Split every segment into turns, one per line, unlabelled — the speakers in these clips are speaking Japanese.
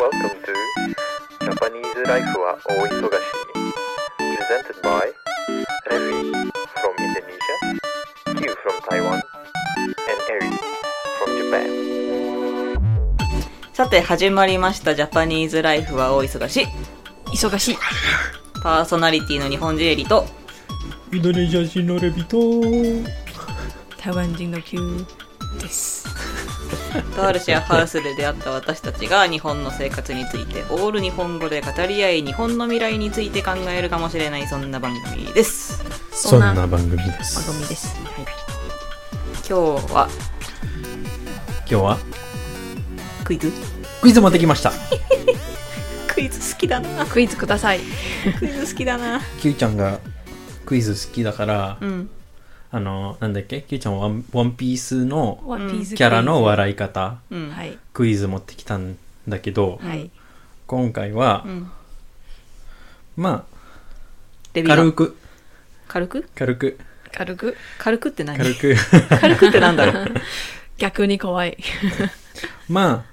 Welcome to Japanese Life は大忙しに Presented by Revi from Indonesia, Q from Taiwan, and Eri from Japan
さて始まりました「ジャパニーズライフは大忙し
忙しい。」
パーソナリティの日本人エリと
インドネシア人のレビと
台湾人の Q です。
とあるシェアハウスで出会った私たちが日本の生活についてオール日本語で語り合い日本の未来について考えるかもしれないそんな番組です
そん
そんな
な番組です
まごみです。
今日は
今日は
クイズ
クイズ持ってきました
クイズ好きだな
クイズください。
クイズ好きだな
キュウちゃんがクイズ好きだから、
うん
あのなんだっけキュウちゃんはワンワンピースの
ワンピース
キャラの
は
笑い方
うんい、
い。
クイズ持ってきたんだけど
はい。
今回は
う、ん、
ま
レ
あ
ビュー
軽く
軽く
軽く
軽く。
軽くって何
軽く
軽くってなんだろ う
逆に怖い。
ま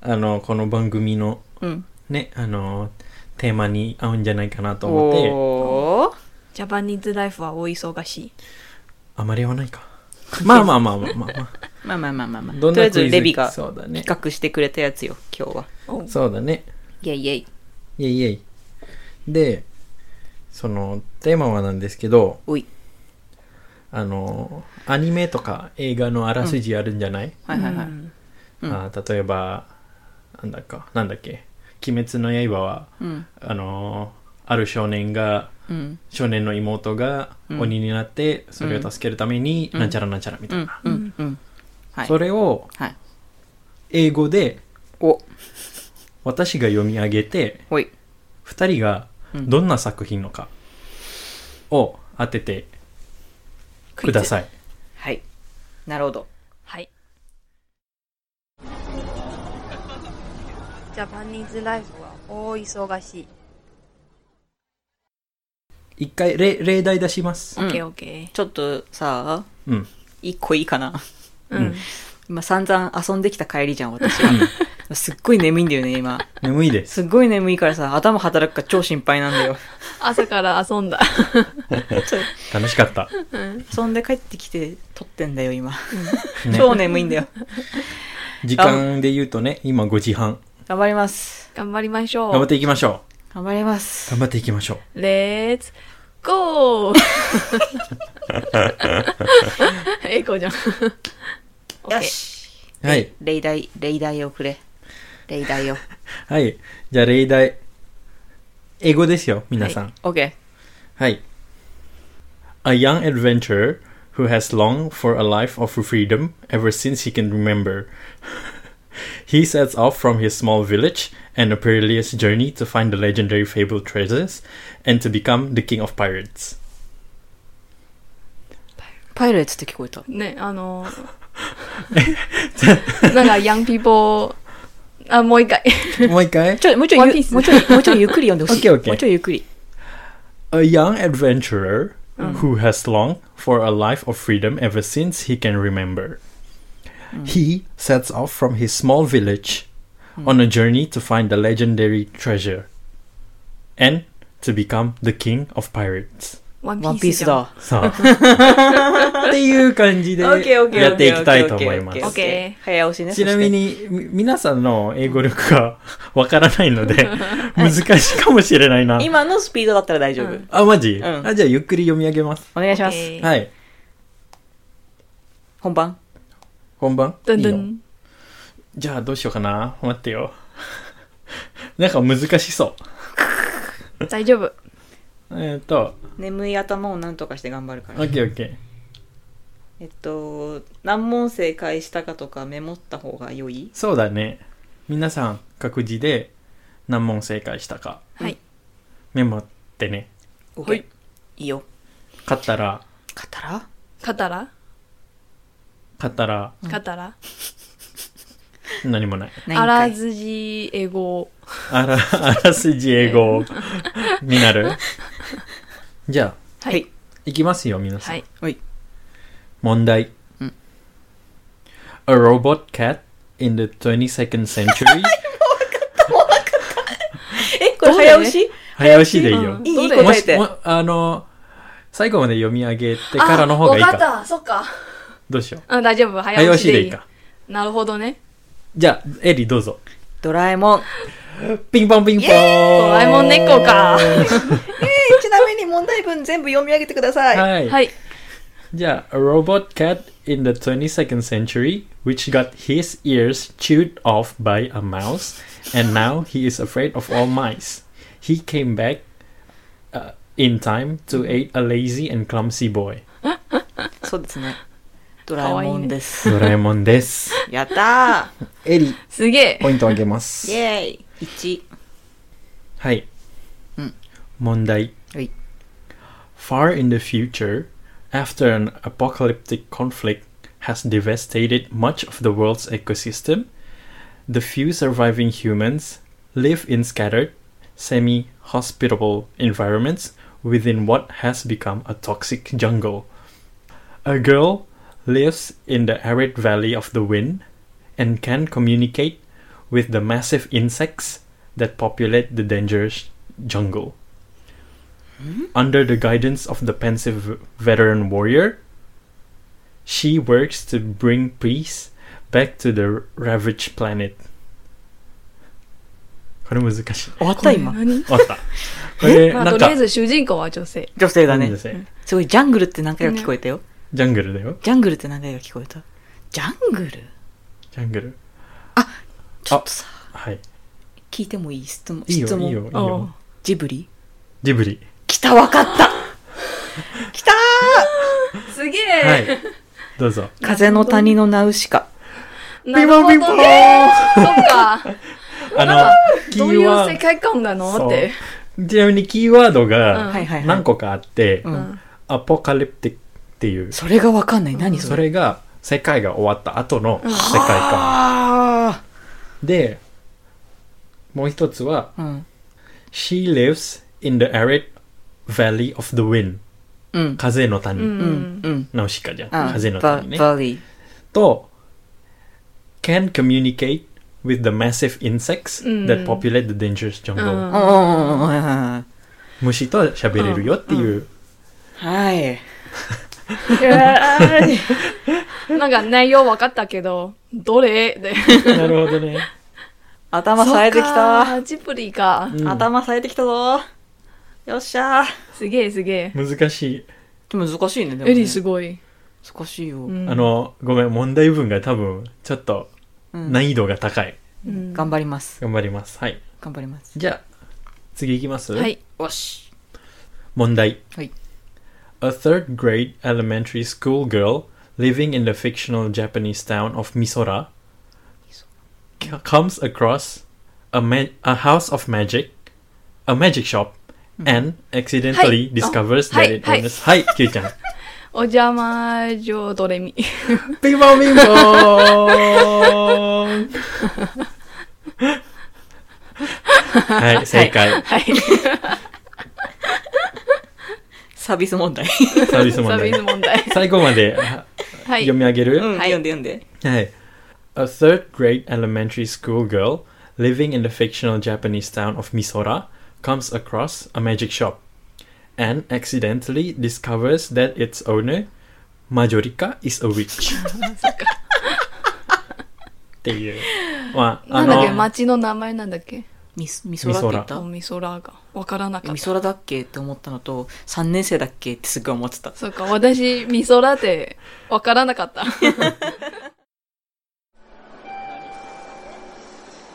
ああのこの番組の
うん
ねあのテーマに合うんじゃないかなと思って
お ー
ジャパニーズライフは大忙しい。
あまり言わないか。まあまあまあまあまあ、ま
まあまあまあまあまあ
あ。どん
とりあ
な
え
クイ
ず
ズ
レビが
そうだね。
企画してくれたやつよ今日は
おう
そうだね。
イェイイェイ
イェイイェイ。で、その、テーマはなんですけど、
おい
あの、アニメとか映画のあらすじあるんじゃない、
はいはいはい、
ん
うん
あー例えば、なんだか、なんだっけ、鬼滅の刃は、
うん
あの、ある少年が、
うん
少年の妹が鬼になって、それを助けるために、なんちゃらなんちゃらみた
う
い
ん
な。
うんうんはい
それを、
はい
英語で、
お
私が読み上げて、
ほい
2人がどんな作品のかを当ててください、
はいなるほど
はい。ジャパニーズライフは大忙しい。
一回例例題出します
オッケーオッケ
ちょっとさ
うん
一個いいかな
ー。うん。
今散々遊んできた帰りじゃん私 はすっごい眠いんだよね今
眠いです
すっごい眠いからさ頭働くから超心配なんだ よ
朝から遊んだ。
楽しかった、
遊んで帰ってきて撮ってんだよ今
ね、
超眠いんだよ
時間で言うとね今5時半
頑張ります
頑張りましょう。
頑張っていきましょ
頑張りま
う
す
頑張っていきましょう
レッツ ゴーエコじゃん。
よし
はい
例題例題をくれ例題を
はいじゃあ例題英語ですよ皆さん
OK
はい、A young adventurer who has longed for a life of freedom ever since he can remember. He sets off from his small village and a perilous journey to find the legendary fabled treasures and to become the king of pirates.
パイレーツって聞こえた
ね、あの ーなんか、ヤンピボー、あ、もう一回。
もう一回。
ちょいもうちょ
ワ
い
ンピー
ゆ
ス
もうちょいもうちょいゆっくり読んでほし い
OK OK
もうちょいゆっくり
A young adventurer who has longed for a life of freedom ever since he can remember. He sets off from his small village on a journey to find the legendary treasure and to become the king of pirates.
ワン
ワンピース。だ
さあ。っていう感じでやっていきたいと思いま
オッ
す。
ケー
早押しね。
ちなみに、み皆さんの英語力がわからない ので、難しいかもしれないな
そして。今のスピードだったら大丈
う
夫。
ん
あ、マジ、
うん
あ、じゃあゆっくり読み上げます。
お願いしま
オッ
す。
ケー
はい。
本番
本番
ドゥンドゥ
いいよ
ン。
じゃあどうしようかな待ってよ なんか難しそ
大丈夫。
うえっ、ー、と
眠い頭を何とかして頑張るから。
OKOK
えっと、何問正解したかとかメモった方が良い
そうだね皆さん各自で何問正解したか
はい。
メモってね
はい。いいよ。
勝ったら
勝ったら
カタラ
勝ったら
カタラ
何もない
あら ずじ英語。
あらあらすじ英語になるじゃあ
はい。はい。
いきますよ皆さん、
はい。
はい。
問題、A robot cat in the 22nd century
どうだ
これ早
よね
押し
早押しでいい
うん
よ。
いい
ど
いうい
だよ
も
答え。
してもあの、最後まで読み上げてからの方がいい
あわ
か。
かった、そっか。
どうしよう。
あ大丈夫、早
早
押
押
し
し
で
で
い
い
い
い。か。
なるほどね。
じゃあ、エリどうぞ。
ドラえもん。
ピンポンピンポン。
ド
ド
ラえもん猫か。
えー、ちなみに問題文全部読み上げてください。
はい。
はい。
じゃあ、A robot cat in the 22nd century, which got his ears chewed off by a mouse, and now he is afraid of all mice. He came back uh, in time to aid a lazy and clumsy boy.
そうですね。ドラえもんです。
ドラえもん です。
やったー
エリ、
すげえ。
ポイントあげます
イ。ェーイ !1。
はい。
うん
問題。
はい。
Far in the future, after an apocalyptic conflict has devastated much of the world's ecosystem, the few surviving humans live in scattered, semi hospitable environments within what has become a toxic jungle. A girl lives in the arid valley of the wind and can communicate with the massive insects that populate the dangerous jungle.
Hmm?
Under the guidance of the pensive veteran warrior, she works to bring peace back to the ravaged planet. これ難しい。
終わっ
こ
た
れ
今。
何
あった。これ、
ま
な
あ、と
ん
り
か
あえ、ず主人公は女性。
女性だね
なん。ね
すごい、ジャングルって何回か聞こえたよ。
ジャングルだよ。
ジャングルって何回か聞こえた。ジャングル
ジャングル。
ちょっとさ、
はい。
聞いてもいい質問。
いいよ、
質
い
問
いよ、いい
おう
よ。
ジブリ
ジブリ。
来た、わか った来た
すげ
は
え。
い。どうぞ。
ー風の谷のナウシカ。
なるほどね
ピンポンピンポン
そっか。
あの、キ
どう
ー
いう
ワ
世
ー
界観なのって。
ド、ちなみにキーワードが
はいはいはい。
何個かあって
う、ん。
アポカリプティックっていう、
それがわかんない。何そ
そ
れ
れが世界が終わった後の世界観。
あ
で、もう一つは、
あ。うん。
She lives in the arid valley of the wind.
うん。
風の
う
谷。
うん
ん。。
うん。
ナウシカじゃん。
あ
風の谷ね。
ババリー。
と can communicate with the massive insects
うん
that populate the dangerous
う
jungle、
ん
うんうんうんうんうんうん
虫と喋れるよっていう、
はい。
なんか内容分かったけど、どれ で。
なるほどね、
頭冴えてきた。
た。ジプリか。
うん
頭冴えてきたぞ。よっしゃー。
すげえすげえ。
難しい、
でも難しいね、でも、ね。
エリすごい。
難しいよ。
うん
あ、のごめん問題文が多分ちょっと
うん
難易度が高い、
うん
頑張ります。
頑張りますはい
頑張ります。
じゃあ次いきます、
はい。
よし。
問題、
はい
A third grade elementary school girl living in the fictional Japanese town of Misora c- comes across a, ma- a house of magic, a magic shop, and accidentally
Mm-hmm. Hi.
discovers
Oh, hi,
that it
hi.
owns. Hi, Kyu-chan.
お邪魔女ドレミ。
Bing bong, bing bong. はい、正解。
はい。
サービス問題。
サービス問
サビ
題
の。問題。
最後までは
はい。
読み上げる、
うん、
はい
読んで読んで。
Hey, a third grade elementary school girl living in the fictional Japanese town of Misora comes across a magic shop and accidentally discovers that its owner, Majorika, is a witch. っていう。まあ、
な
あ
んだっけ
の、
町の名前なんだっけ
み、みそらって言っ
お
た
みそらが。わからなかっ
み
た。
そらだっけって思ったのと、3年生だっけってすぐ思ってた。
そうか、私、みそらって、わからなか った。
ジ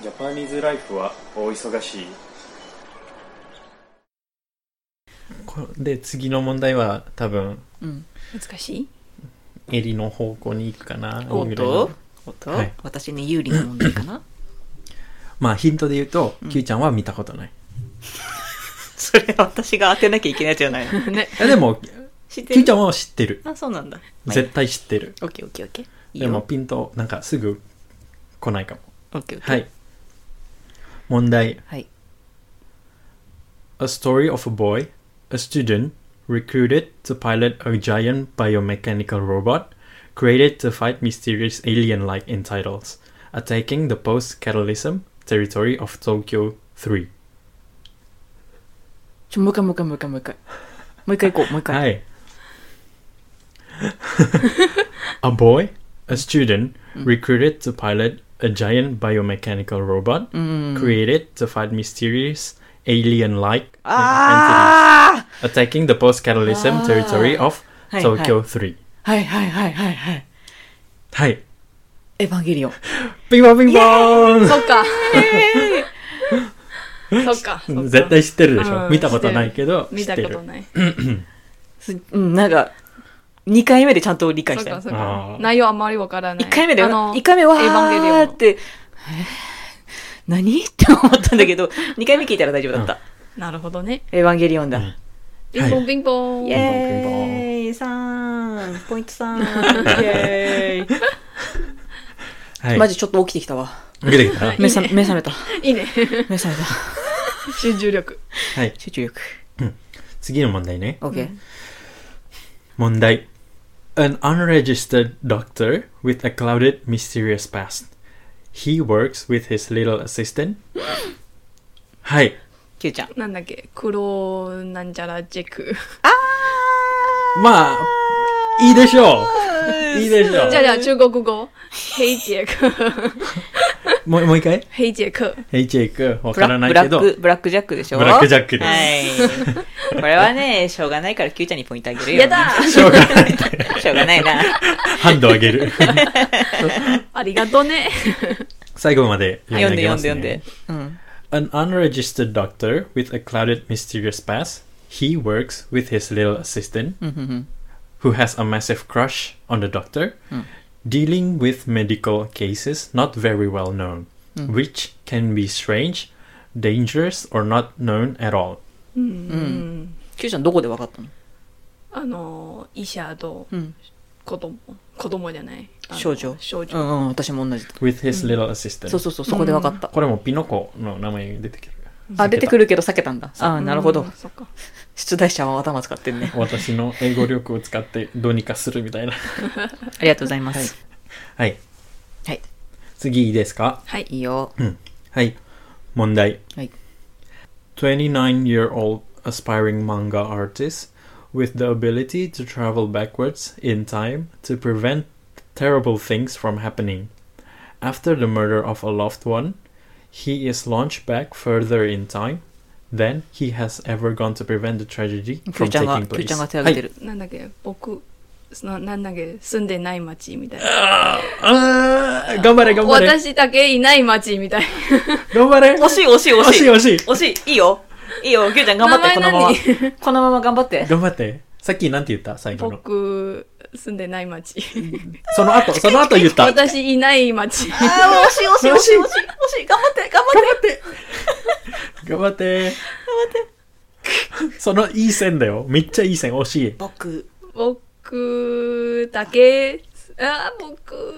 ャパニーズライフは大忙しい。で、次の問題は多分、
うん。
難しい
襟の方向に行くかな。
おっとおっと、
はい
私に有利な問題かな
まあヒントで言うと、キュウちゃんは見たこ とない。
それ私が当てなきゃいけないやつじゃないの。
ね。
いやで も、
知って
キュウ
る
ちゃんは知ってる。
あ、そうなんだ。まあいい
絶対知ってる。
オッケーオッケーオッケー。いい
でも
よ。
ピンと、なんかすぐ来ないかも。
オッケーオッケー。
はい。問題。
はい。
A story of a boy, a student, recruited to pilot a giant biomechanical robot created to fight mysterious alien-like entitles, attacking the post-catalysm territory of Tokyo 3.
ちょ、もう一回、もう一回、もう一回、もう 一回。もう一回行こう、もう一回。
Hi. a boy, a student, recruited to pilot a giant biomechanical robot created to fight mysterious alien-like
Ah!
entities attacking the post-catalysm territory of
Hi,
Tokyo 3.
はいはいはいはいはい。
Hi.
エヴァンゲリオン。
Bing bong bing bong!
Oh,
そっ か。そっか。そっか
絶対知ってるでし
Oh,
ょ、
うん
見たことないけど知
見
っ
た
てる
ことない。
すうん、なんか、2回目でちゃんと理解
そ
し
う
たよ
か。そう
あ
か。
ー
内容あまりわからな
1
い。
回目で、
あの
1回目は
エヴァンゲリオ
ー
ン
って、えー何 って思ったんだけど、2回目聞いたら大丈夫だった。
なるほどね。
エヴァンゲリオンだ。
ピンポンピンポン。
イ
エ
え
ェーイさーんポイントさーんイェー
は
イ
い
マジちょっと起きてきたわ。
受けてき た
目覚め、目覚めた。
いいね。
目覚めた。
集中力。
はい
集中力。
次の問題ね
OK。
問題 An unregistered doctor with a clouded mysterious past He works with his little assistant はい
Q ちゃん。
なんだっけ。黒なんちゃらチェック。
まあいいでしょういいでしょ
じゃあ
う
じゃあ中国語。黑杰克。
もうもう一回
黑杰克。
Hey Jake わ
ブ
か
ラ
ら
ック、ブラ
ないけど
ック、ブラックジャックでしょ
ブラックジャックです
はい。これはね、しょうがないから Q ちゃんにポイントあげるよ。
やだ
しょうがない
しょうがないな。
ハンドあげ る
ありがとうね。
最後まで読
読
ん
ん
で
で
あげ
読
ま
ん
す
で
ね
読んで。うん。
An unregistered doctor with a clouded, mysterious past, he works with his little assistant,
うんうんうん。
who has a massive crush on the doctor,
Mm.
dealing with medical cases not very well known, which can be strange, dangerous, or not known at all.
うん
ん Q ちゃんどこで分かったの
あの医者と
うん
子供、子供じゃないあの
少女
少
う
女、
んうん、私も同じ。
With his little assistant.
そうそうそう、そこで分かった。
これもピノコの名前出てくる。
あ、出てくるけど避けたんだ。あーなるほ
う
ど
ん。そっか
出題者は頭使ってんね。
私の英語力を使ってどうにかするみたいな。
ありがとうございます。
はい。
はい。
次いいですか
はい
いいよ。
はい。問題。
はい
29 year old aspiring manga artist with the ability to travel backwards in time to prevent terrible things from happening. After the murder of a loved one, he is launched back further in time than he has ever gone to prevent the tragedy
キュ
from
ーちゃんが、
taking
キュー
place.
ちゃんが手を挙げてる。
なんだっけ僕ななんだっけ住んでない町みたいな
Ah, はい。あー、頑張れ、頑張れ。
私だけいない町みたい
頑張れ。
惜しい惜しい惜しい。
惜しい、惜しい。
惜しい。いいよ。いいよ。キューちゃん頑張って、こ
名
の
前
まま
何。
このまま頑張 って。
な
頑張って。さっきなんて言った最後の。
僕住んでない町
その後、その後言った。
私いない
あー、惜しい
町
惜しい惜しい惜しい惜しい。頑張って、頑張って。
頑張って。頑張って。そのいい線だよ。めっちゃいい線、惜しい。
僕、
僕だけあ僕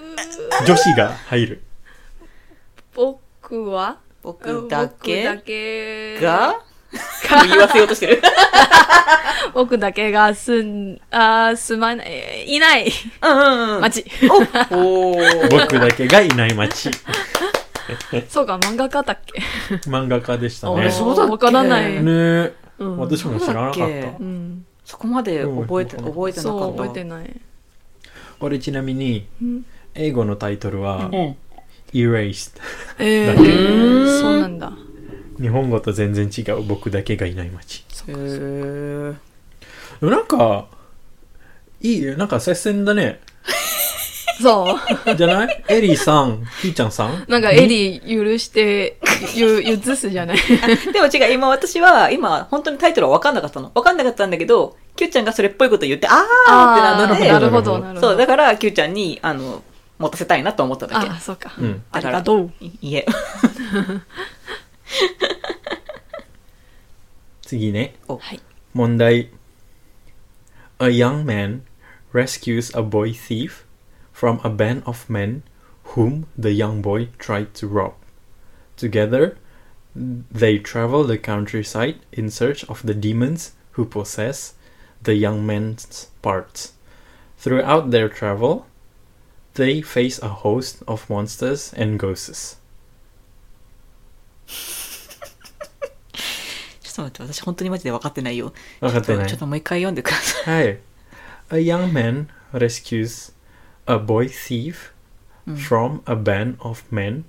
女子が入る。
僕は
僕だ
僕だ
け
け
が、言わせようとしてる。
僕だけが住んあー住まないいない
うんうんうん。
町
おおー。
僕だけがいない街。
そうか漫画家だっけ
漫画家でした
あ
ね。
そうだっけ
わからな
ね
い。
え。
うん
私も知らなかっ
そうだったけ
うん。
そこまで覚えて、
うん
覚えてな
そ
か
う、
っ
覚えて
た。
ない。。
これちなみに
うん、
英語のタイトルは
う、ん。
Erased。
え
だ
え
け
ー、そうなんだ。
日本語と全然違う。僕だけがいない街。
へー
でもなんか、いいよ。なんか接戦だね。
そ
じゃないエリーさん、ひーちゃんさん
う。なんか、エリー許して、ゆ、ゆずすじ ゃない。
でも違う、今私は、今、本当にタイトルは分かんなかったの。分かんなかったんだけど、キューちゃんがそれっぽいこと言って、あーってなっ
ー
な
て、
る
る
ほ
ほ
ど
ど、なるほど。
そう、だから、キューちゃんに、あの、持たせたいなと思っただけ。
あ、そうか。
うん。
だ
あり
から
がとう。
いいえ。
次ね。
はい。
問題 A young man rescues a boy thief from a band of men whom the young boy tried to rob. Together, they travel the countryside in search of the demons who possess the young man's parts. Throughout their travel, they face a host of monsters and ghosts.
ちっと待って、私本当にマジで分かってないよ。
分かってな
ちょっ
い
と。もう一回読んでください。
はい。A young man rescues a boy thief from a band of men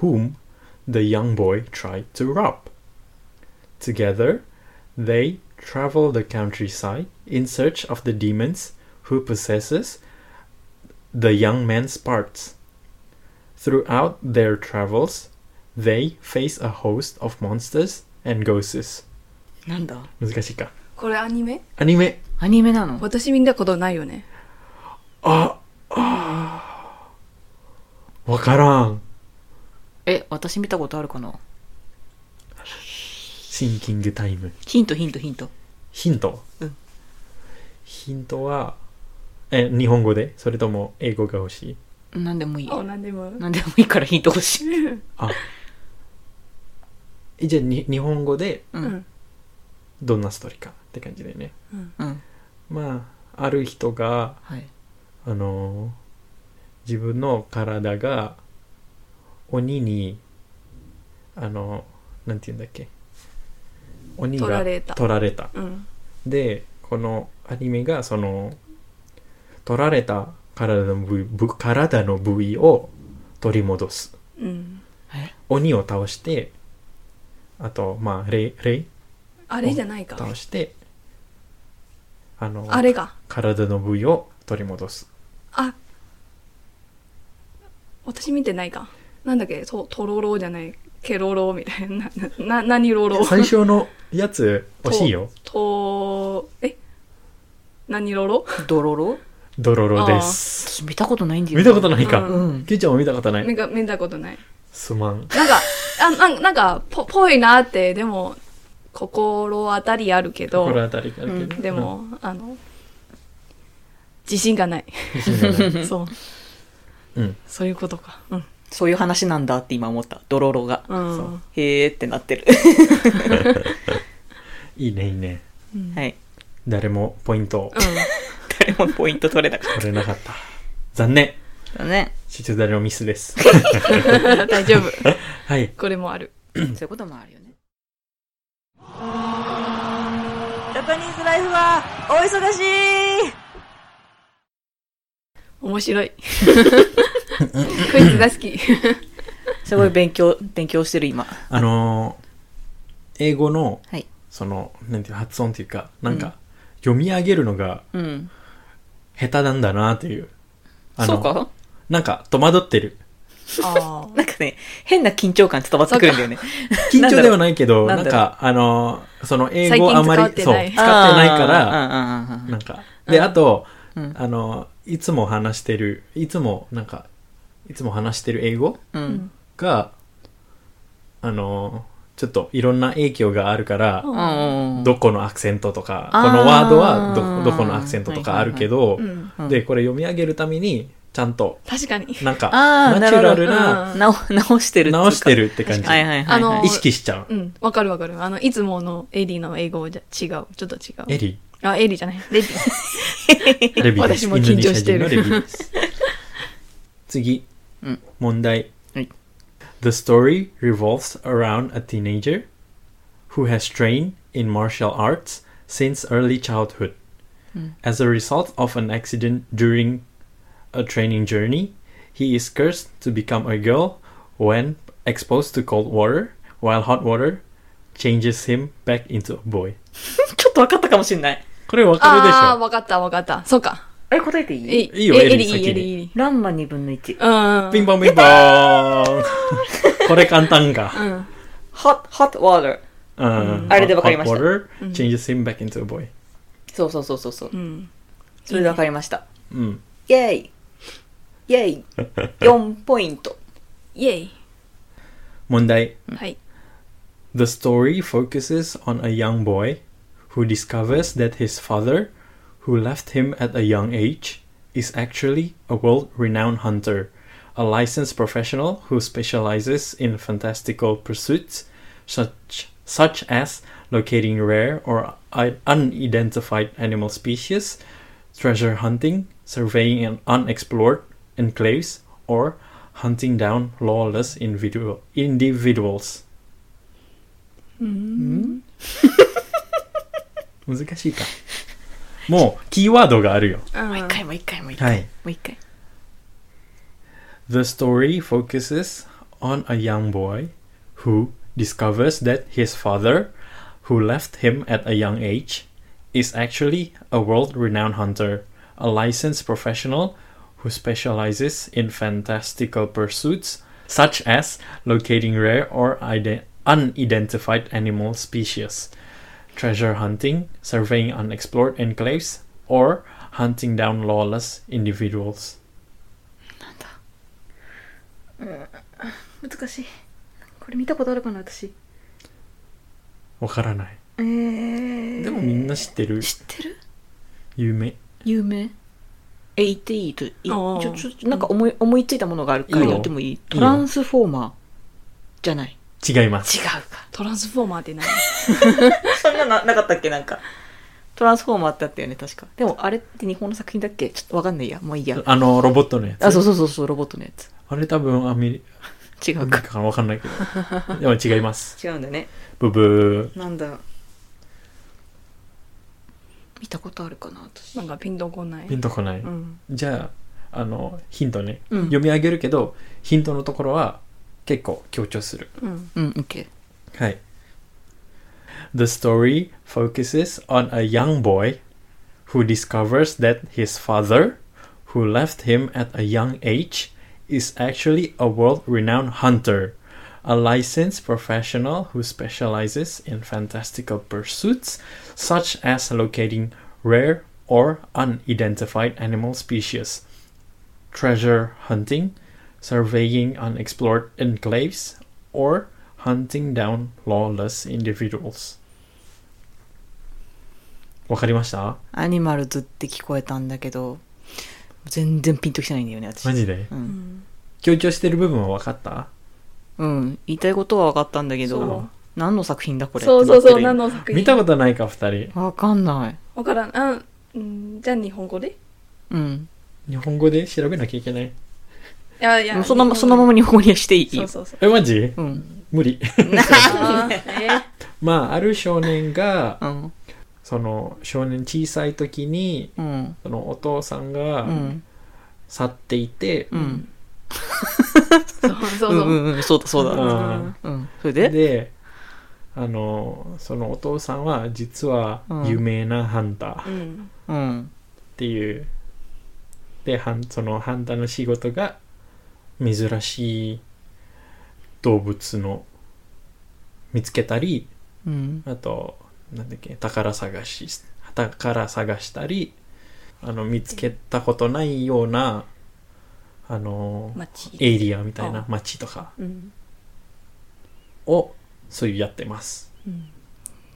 whom the young boy tried to rob. Together, they travel the countryside in search of the demons who possesses the young man's parts. Throughout their travels, they face a host of monsters and ghosts.
なんだ
難しいか。
これアニメ
アニメ。
アニメなの
私見たことないよね。
あ、あーわからん。
え、私見たことあるかな
シンキングタイム。
ヒントヒントヒント。
ヒント、
うん
ヒントは、え、日本語でそれとも英語が欲しい
なんでもいい。
なんでも。
なんでもいいからヒント欲しい。
あ。えじゃあに、日本語で
うん。
どんなストーリーかって感じだよね。
うん。
まあ、ある人が、
はい。
あのー自分の体が鬼に、あのーなんて言うんだっけ。鬼が
取られた
取られた。
うん。
でこのアニメがその取られた体の部位部体の部位を取り戻す
うん。
鬼を倒してあとまあ霊霊
あれじゃないか
倒。してあの
あれが。
体の部位を取り戻す
あ。私見てないか。なんだっけ、と、とろろじゃない。ケロロみたいな。な、な何ろろ。
最初のやつ惜しいよ
と、え何ろろ
ドロロ
ドロロです
私見たことないんだよ。
見たことないか、
う。
うんキュちゃんも見たことな
なん
い
か見たことない。
すまん
なんか、あなんなんかぽ、ぽいなって、でも、心当たりあるけど、
心当たりがあるけど、
でも、あの、自信がない。
うん自信がない
そう。
うん
そういうことか。うん。
そういう話なんだって今思った。ドロロが。
うん。
へーってな ってる。
いいねいいね
はい。
誰もポイントを
誰もポイント取れなかっ
取れなかった残念
たね。
シチュダレのミ スです。
うん、大丈夫。
はい。
これもある。
そういうこともあるよね。
ジャパニーズライフはお忙しい
面白 い。クイズが好き。
すごい勉強、勉強してる今。
あのー英語の、
はい
その、なんていう発音っていうか、なんか、読み上げるのが
うん。
下手なんだなっていう。あの
そうか
なんか、戸惑っ てる。
あ
なんかね、変な緊張感伝わってくるんだよね。
緊張ではないけど、
な
なん
だろ
ん
う
か、あのーその英
最
語
近
あまり、そう、使って
使わ
な
れ
い
てない
から、
ら、うんうんうんうん
なんか、で、あと、
うん
あのーいつも話してる、いつも、なんか、いつも話してる英語
うん
が、あのーちょっといろんな影響があるから、
う
うんうんうん
どこのアクセントとか、
あー
このワードはどどこのアクセントとかあるけど、
いはいうん
うん
で、これ読み上げるために、ちゃんと、
確かに。
なんか、
あー
ナチュラル
う
な、
ん
直直してるっつうか
直してるって感じ。
はいはいはいはい
あの
意識しちゃう。
うん。わかるわかる。あの、いつものエリーの英語じゃ違う。ちょっと違
エ
う。
リ
あ、エリーじゃない。レディ。
ー、レビー で
私
す。
も緊張してる
インドネシア人のレビーです。 次
うん、
問題
はい
The story revolves around a teenager who has trained in martial arts since early childhood. As a result of an accident during a training journey, he is cursed to become a girl when exposed to cold water, while hot water changes him back into a boy.
ちょっと分かったかもしんない。
これわかるでし
ああー、
ょ
わかったわかった。そうか。
え、答えてい
え
い
いいよ
え
エ
エ
リ
リ
ー
ー、エリー、
先
エ
に
リー。
ランマ2分の1。
うん。
ピンポンピンポーンこれ簡単か。
hot, hot water.
うん
あれでわかりました
Hot water changes him back into a boy.
そうそうそうそうそう。
ん
それで分かりました。
うん。
イェイイェ イ !4 ポイント。
イェイ。
問題。
はい。
The story focuses on a young boy who discovers that his father, who left him at a young age, is actually a world renowned hunter, a licensed professional who specializes in fantastical pursuits such, such as locating rare or i- unidentified animal species, treasure hunting, surveying an unexplored enclaves, or hunting down lawless individual, individuals. 難しいか。もう、キーワードがあるよ。
うん
もう一回もう一回もう一回。
はい。
もう一回。
The story focuses on a young boy who discovers that his father, who left him at a young age, is actually a world renowned hunter, a licensed professional who specializes in fantastical pursuits such as locating rare or ide- unidentified animal species, treasure hunting, surveying unexplored enclaves, or hunting down lawless individuals.
難しい。これ見たことあるかな、私。
わからない。
えー、
でもみんな知ってる
知ってる
夢
有名え、言っていいと、いち
あ
ょ
あ
ちょちょ、なんか思い、思いついたものがあるから
いいよ
言ってもいい
よ
トランスフォーマーじゃない。
違います
違うか。
トランスフォーマーって何
そんなな、なかったっけなんか。トランスフォーマーってあったよね、確か。でも、あれって日本の作品だっけちょっとわかんないや。もういいや。
あのロボットのやつ
あ、そうそうそうそう、ロボットのやつ。
あれ多分アメリ
違う
カ
か。
かなわかんないけ どでも違います
違うんだね。
ブブ
なんだ。見たことあるかな、私。
なんかピンとこない
ーピンとこない、
うん
じゃああのヒントね、
うん
読み上げるけどヒントのところは結構強調する
うん
うん、オッケー。
はい The story focuses on a young boy who discovers that his father, who left him at a young age, is actually a world renowned hunter, a licensed professional who specializes in fantastical pursuits such as locating rare or unidentified animal species, treasure hunting, surveying unexplored enclaves, or hunting down lawless individuals. わかりました
アニマルズって聞こえたんだけど、全然ピンときてないんだよね、私。
マジで
うん。
強調してる部分は分かった
うん。言いたいことは分かったんだけ
そ
ど、何の作品だこれ
そうそうそう
ってなってる
何の作品
見たことないか二人
わかんない。
わからんあうんじゃあ日本語でい
うん。
日本語で調べなきゃいけない
やいや
そのまま、そのまま日本語にしていい
そうそうそう
えマジ
うん。
無 理
あーえー
まあある少年が
うん。
その少年小さい時に
うん。
そのお父さん
う
が
ん。
去っていて、
うん。
そうそう
うん。うんうん。そ
そう。
うだ、そう
う
だ。
ん
うん。それで
であのそのお父さんは実は
うん
有名なハンターっ
うん。
うん。
ていうでハンそのハンターの仕事が珍しい動物の見つけたり
うん。
あと、なんだっけ、宝探し、宝探したり、あの、見つけたことないような、あの、
街。
エイリアンみたいな
あ
街とか
うん。
を、そういうやってます。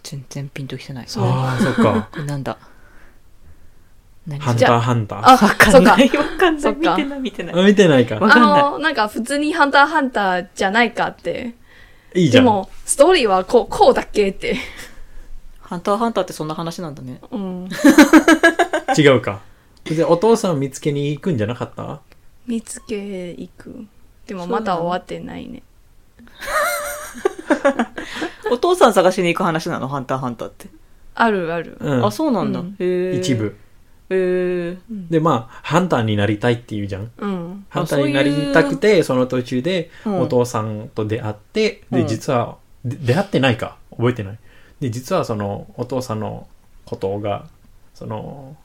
全然ピンときてない。
そう
ああ、そっか。
これなんだ何
ハン
じ
タ
ゃ
ーハンター。
あ、
わか
そ
ん
う
な
か。
い。わかんな
そ
い。
っ
見
か
てない、見てない。
あ見てないか。
わ
あ
かんない
の、なんか普通にハンターハンターじゃないかって。
いいじ
で
ゃん。
も、ストーリーはこう、こうだっけって。
ハンターハンターってそんな話なんだね。
うん。
違うか。で、お父さん見つけに行くんじゃなかった
見つけ行く。でもまだ終わってないね。
お父さん探しに行く話なの、ハンターハンターって。
あるある。
うん
あ、。そうなんだ
うん。
へえ。
一。部。
へえ。
で、まあ、ハンターになりたいっていうじゃん。
うん。
ハンターになりたくて、その途中で、
うん
お父さんと出会って、
う
で、
ん
実は、で出会ってないか、覚えてない。で、実はその、お父さんのことが、その、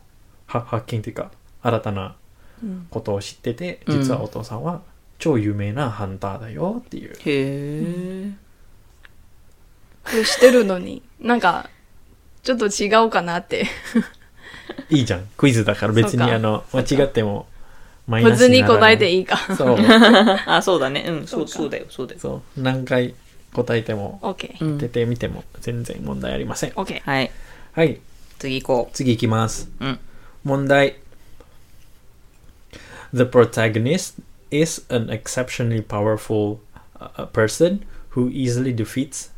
は発見というか、新たな
うん
ことを知ってて、
うん
実はお父さんは、超有名なハンターだよっていう。
へえ。
これしてるのに、なんか、ちょっと違うかなって。
いいじゃん。クイズだから別に、
そうか
あの、間違っても、マ
普通に答えてい
い。
いか。
そう。
あ、そうだね。うん、そう、
そ
そう
うか
だよ、そうだよ。
そう。何回答えても、
オッケー。
うん
出てみても、全然問題ありません。
オッケー。
はい。
はい。
次行こ
次行きます。
うん
問題。The protagonist is an exceptionally powerful uh, person who easily defeats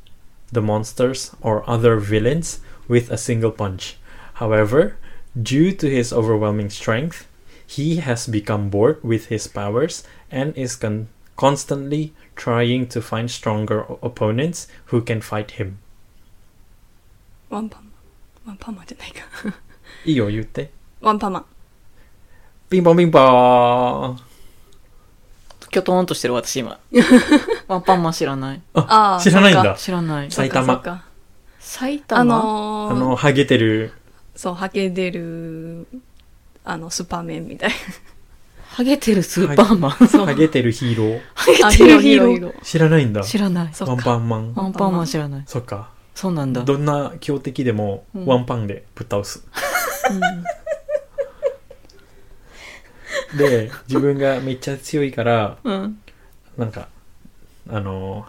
the monsters or other villains with a single punch. However, due to his overwhelming strength, he has become bored with his powers and is con- constantly trying to find stronger o- opponents who can fight him.
ワンパンマンワンパンマンじゃないか
いいよ、言って。
ワンパンマン
ピンポンピンポーン。
きょとんとしてる私 今。ワンパンマン知らない。
ああ
知らないん
そっ
だ
か。
知らない。
そっ
埼
か
玉
そっか
埼玉
あ
あ
のー、
の、ハゲてる。
そうはけ出るあのスーパーメンみたい
ハゲてるスーパーマン。
ハゲてるヒーロ ー。
ハ
な
ゲてるヒーロー。
ー
知らないんだ。
知らない。
そ
ワ
っ
ン
か
パンマン。
ワンパンマン知らない。
そっか。
そうなんだ。
どんな強敵でも、
ん
ワンパンでぶっ倒す。 で、自分がめっちゃ強いから、
うん。
なんか、あの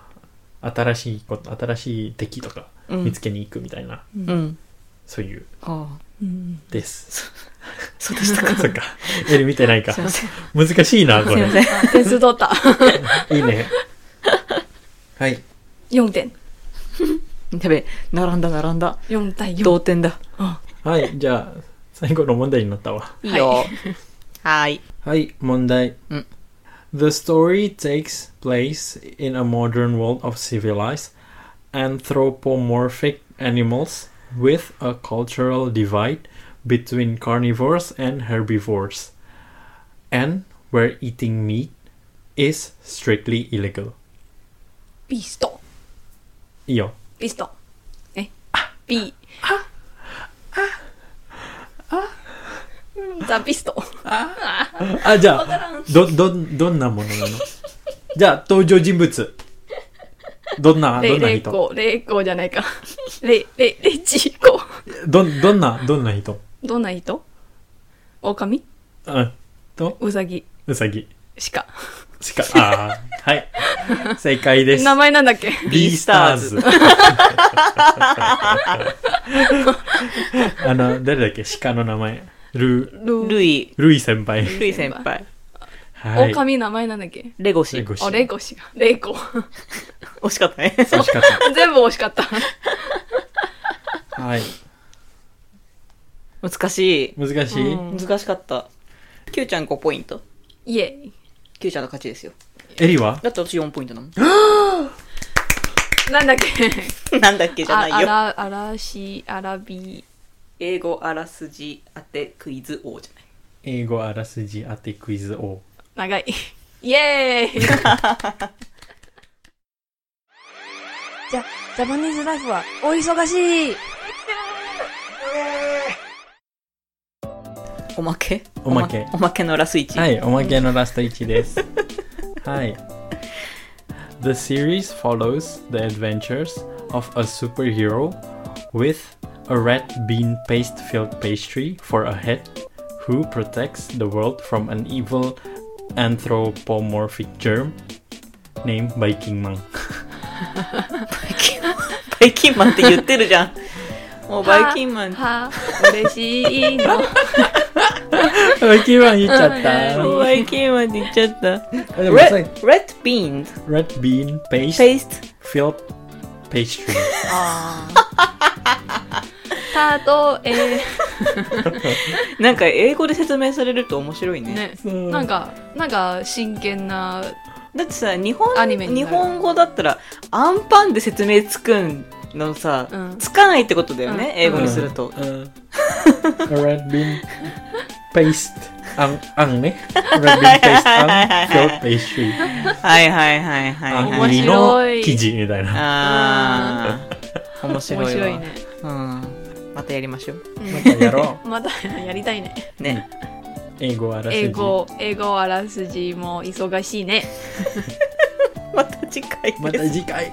ー、新しいこと、新しい敵とか
うん
見つけに行くみたいな、
うん。
そういう、
あ
です。
あ。そうでしたか。
そっか。エル見てないか
すい。ません。
難しいな、こ
すいま
れ。
せん。
あ点数取った
いい ね。はい。
4点
やべえ、並んだ並んだ。
4対4
同点だ。
はい、じゃあ、最後の問題になったわ。
いいよ。はい。
はい、問題。
うん
The story takes place in a modern world of civilized anthropomorphic animals with a cultural divide between carnivores and herbivores, and where eating meat is strictly illegal.
ビースト
いいよ。
ビーストえビーザ・ビスト
あ、じゃあ、ど、ど、どんなもの なのじゃあ、登場人物。どんな、ど
レ
んな
レイ
人
コレイコじゃないか レレレチコ
どん、どんな、どんな人
どんな人狼
うん。と、
ウサギ
うさぎ。
鹿
しか、ああ、はい。正解です。
名前なんだっけ
ビースターズ。 あの、誰だっけ鹿の名前。ル、
ルイ、
ルイ先輩。
ルイ先輩。
はい。
狼名前なんだっけ
レゴシ
レ。ゴシ
あレイコ氏がレイコ
惜しかったね。
惜しかっ
全部惜しか った
た。はい。
難しい。
難しい、
難しかった。キューちゃん5ポイント。
イエイ
キューちゃんの勝ちですよ。
エリは
だって私4ポイントなの。
なんだっけ
なんだっけじゃ
あ
ない
あ
よ。
らあらしあらび
英語あらすじ当てクイズ王じゃない。
英語あらすじ当てクイズ王。
長いイエーイ
じゃ、ジャパニーズライフはお忙しい
おまけ
おまけ
おまけのラスイチ。
はい、おまけのラスト1です。はい。The series follows the adventures of a superhero with a red bean paste filled pastry for a head who protects the world from an evil anthropomorphic germ named Viking Monk.
バイキンマンって言ってるじ ゃん。もうバイキンマン。も
は嬉しいの
Viking Monk 言っちゃった。
うバイキンマンって言っちゃった。
でもさ
Red, red beans,
red bean paste
paste,
filled pastry.
たとえ
なんか英語で説明されると面白いね。
ねなんかなんか真剣な
だってさ、日本、
アニメにな
日
る
本語だったら、アンパンで説明つくんのさ、
うん
つかないってことだよね、英語にすると。
うん、red bean paste あんあんね red bean paste あん filled pastry
はいはいはいはい
あ
は
ん
い。
面
入り
白い
の生地みたいな
あー、面白い
面
わ。
白いね
うん。またやりましょう。
またやろ
またやりたいね
ね。
う英語あらすじ
英語英語あらすじも忙しいね
また次回です。
また次回